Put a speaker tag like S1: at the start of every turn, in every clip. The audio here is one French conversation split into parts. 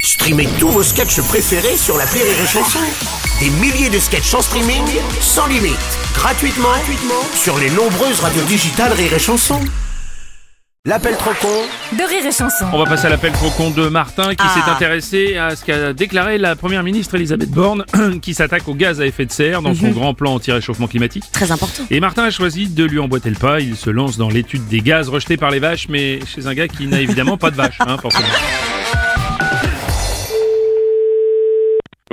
S1: Streamez tous vos sketchs préférés sur la Rire et Chanson. Des milliers de sketchs en streaming, sans limite, gratuitement, gratuitement sur les nombreuses radios digitales Rire et Chanson. L'appel trop con
S2: de rire et chanson.
S3: On va passer à l'appel trop con de Martin qui s'est
S2: Ah.
S3: intéressé à ce qu'a déclaré la première ministre Elisabeth Borne qui s'attaque au gaz à effet de serre dans son grand plan anti-réchauffement climatique.
S2: Mhm. Très important.
S3: Et Martin a choisi de lui emboîter le pas. Il se lance dans l'étude des gaz rejetés par les vaches, mais chez un gars qui n'a évidemment pas de vache, hein, forcément.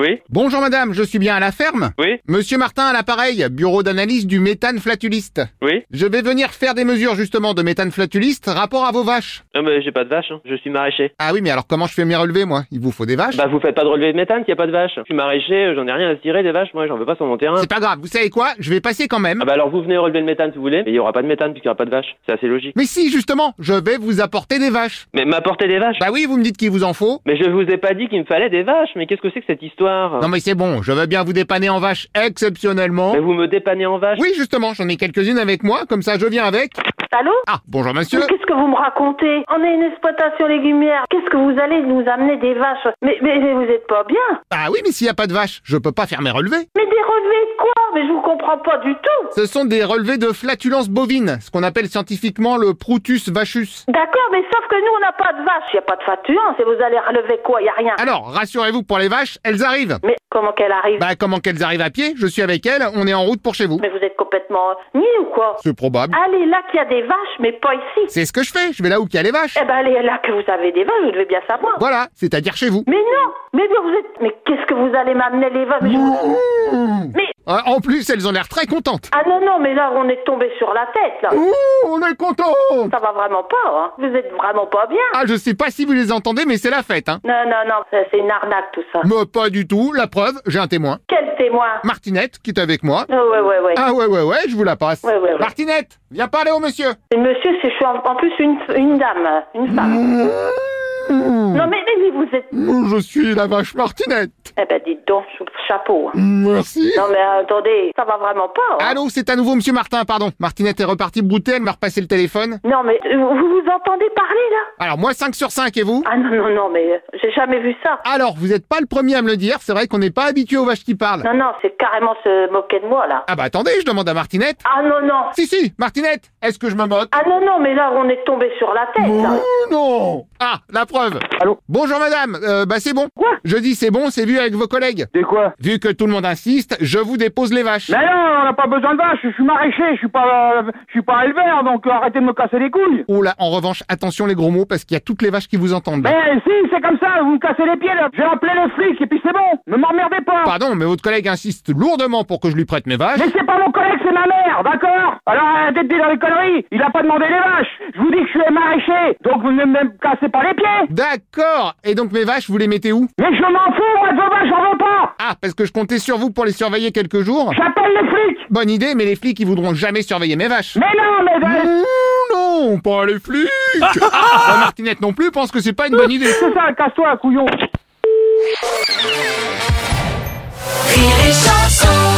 S4: Oui,
S5: Bonjour madame, je suis bien à la ferme
S4: oui,
S5: Monsieur Martin à l'appareil, bureau d'analyse du méthane flatuliste.
S4: oui.
S5: Je vais venir faire des mesures justement de méthane flatuliste rapport à vos vaches.
S4: Non mais j'ai pas de vache, hein. je suis maraîcher.
S5: Ah oui, mais alors comment je fais mes relevés moi Il vous faut des vaches
S4: Bah vous faites pas de relevé de méthane s'il y a pas de vache. Je suis maraîcher, euh, j'en ai rien à tirer des vaches, moi j'en veux pas sur mon terrain.
S5: C'est pas grave, vous savez quoi Je vais passer quand même.
S4: hein. Ah bah alors vous venez relever le méthane si vous voulez, mais il y aura pas de méthane puisqu'il y aura pas de vache. C'est assez logique.
S5: Mais si, justement, je vais vous apporter des vaches.
S4: Mais m'apporter des vaches
S5: Bah oui, vous me dites qu'il vous en faut.
S4: Mais je vous ai pas dit qu'il me fallait des vaches, mais qu'est-ce que c'est que cette histoire
S5: Non mais c'est bon, je veux bien vous dépanner en vaches exceptionnellement.
S4: Ah. Mais vous me dépannez en vache
S5: Oui, justement, j'en ai quelques-unes avec moi, comme ça je viens avec.
S6: Allô
S5: Ah, bonjour monsieur.
S6: Mais Qu'est-ce que vous me racontez On est une exploitation légumière. Qu'est-ce que vous allez nous amener des vaches mais, mais, mais vous êtes pas bien.
S5: Ah oui, mais s'il n'y a pas de vaches, je peux pas faire mes relevés.
S6: Mais des relevés de quoi Mais je vous comprends pas du tout.
S5: Ce sont des relevés de flatulence bovine, ce qu'on appelle scientifiquement le Proutus vachus.
S6: D'accord, mais sauf que nous, on n'a pas de vaches. Il n'y a pas de faturance et vous allez relever quoi Il n'y a rien.
S5: Alors, rassurez-vous, pour les vaches, elles arrivent.
S6: Mais comment qu'elle arrive
S5: Bah comment qu'elles arrivent à pied Je suis avec elles, on est en route pour chez vous.
S6: Mais vous êtes complètement ni ou quoi
S5: C'est probable.
S6: Allez là qu'il y a des vaches, mais pas ici.
S5: C'est ce que je fais, je vais là où qu'il y a les vaches.
S6: Eh ben allez là que vous avez des vaches, vous devez bien savoir.
S5: Voilà, c'est-à-dire chez vous.
S6: Mais non Mais vous êtes... Mais qu'est-ce que vous allez m'amener les vaches Mais je vous- Mais...
S5: Euh, En plus, elles ont l'air très contentes.
S6: Ah non, non, mais là, on est tombé sur la tête, là.
S5: Ouh, on est contentes
S6: Ça va vraiment pas, hein. Vous êtes vraiment pas bien.
S5: Ah, je sais pas si vous les entendez, mais c'est la fête, hein.
S6: Non, non, non, ça, c'est une arnaque tout ça.
S5: Mais pas du tout, la preuve, j'ai un témoin.
S6: Quel témoin
S5: Martinette, qui est avec moi.
S6: Oh, Ouais, ouais, ouais.
S5: Ah ouais, ouais, ouais, je vous la passe.
S6: Ouais, ouais, ouais.
S5: Martinette, viens parler au monsieur.
S6: Et Monsieur, c'est je suis en, en plus une, une dame, une femme.
S5: Mm.
S6: Non, mais, mais vous êtes...
S5: Mmh, Je suis la vache Martinette.
S6: Eh ben, dites donc, sous le chapeau. hein.
S5: Merci.
S6: Non, mais attendez, ça va vraiment pas, hein.
S5: Allô, c'est à nouveau Monsieur Martin, pardon. Martinette est repartie brouter, elle m'a repassé le téléphone.
S6: Non, mais euh, vous vous entendez parler, là
S5: Alors moi 5 sur 5 et vous
S6: Ah non, non, non, mais euh, j'ai jamais vu ça.
S5: Alors, vous n'êtes pas le premier à me le dire, c'est vrai qu'on n'est pas habitué aux vaches qui parlent.
S6: Non, non, c'est carrément se moquer de moi, là.
S5: Ah bah attendez, je demande à Martinette.
S6: Ah non, non
S5: Si si, Martinette, est-ce que je me moque
S6: Ah non, non, mais là, on est tombé sur la tête, là.
S5: non Ah, la preuve
S4: Allô
S5: Bonjour madame, euh, bah c'est bon.
S4: Quoi
S5: je dis c'est bon, c'est vu avec vos collègues.
S4: De quoi
S5: Vu que tout le monde insiste, je vous dépose les vaches.
S7: Mais non, on n'a pas besoin de vache, je suis maraîcher, je suis pas, euh, je suis pas éleveur, donc euh, arrêtez de me casser les couilles.
S5: Oh là, en revanche, attention les gros mots, parce qu'il y a toutes les vaches qui vous entendent. là.
S7: Mais si, c'est comme ça, vous me cassez les pieds là. J'ai appelé les flics et puis c'est bon, ne m'emmerdez pas.
S5: Pardon, mais votre collègue insiste lourdement pour que je lui prête mes vaches.
S7: Mais c'est pas mon collègue, c'est ma mère, d'accord Alors arrêtez de dire les conneries, il a pas demandé les vaches. Je vous dis que je suis maraîcher, donc vous ne me cassez pas les pieds.
S5: D'accord Et donc mes vaches, vous les mettez où
S7: Mais je m'en fous, moi de vos vaches, j'en veux pas.
S5: Ah, parce que je comptais sur vous pour les surveiller quelques jours.
S7: J'appelle les flics.
S5: Bonne idée, mais les flics, ils voudront jamais surveiller mes vaches.
S7: Mais non, mais... euh,
S5: Mmh, non, pas les flics La Martinette non plus pense que c'est pas une bonne idée.
S7: C'est ça, casse-toi, couillon.
S1: Rire et Chanson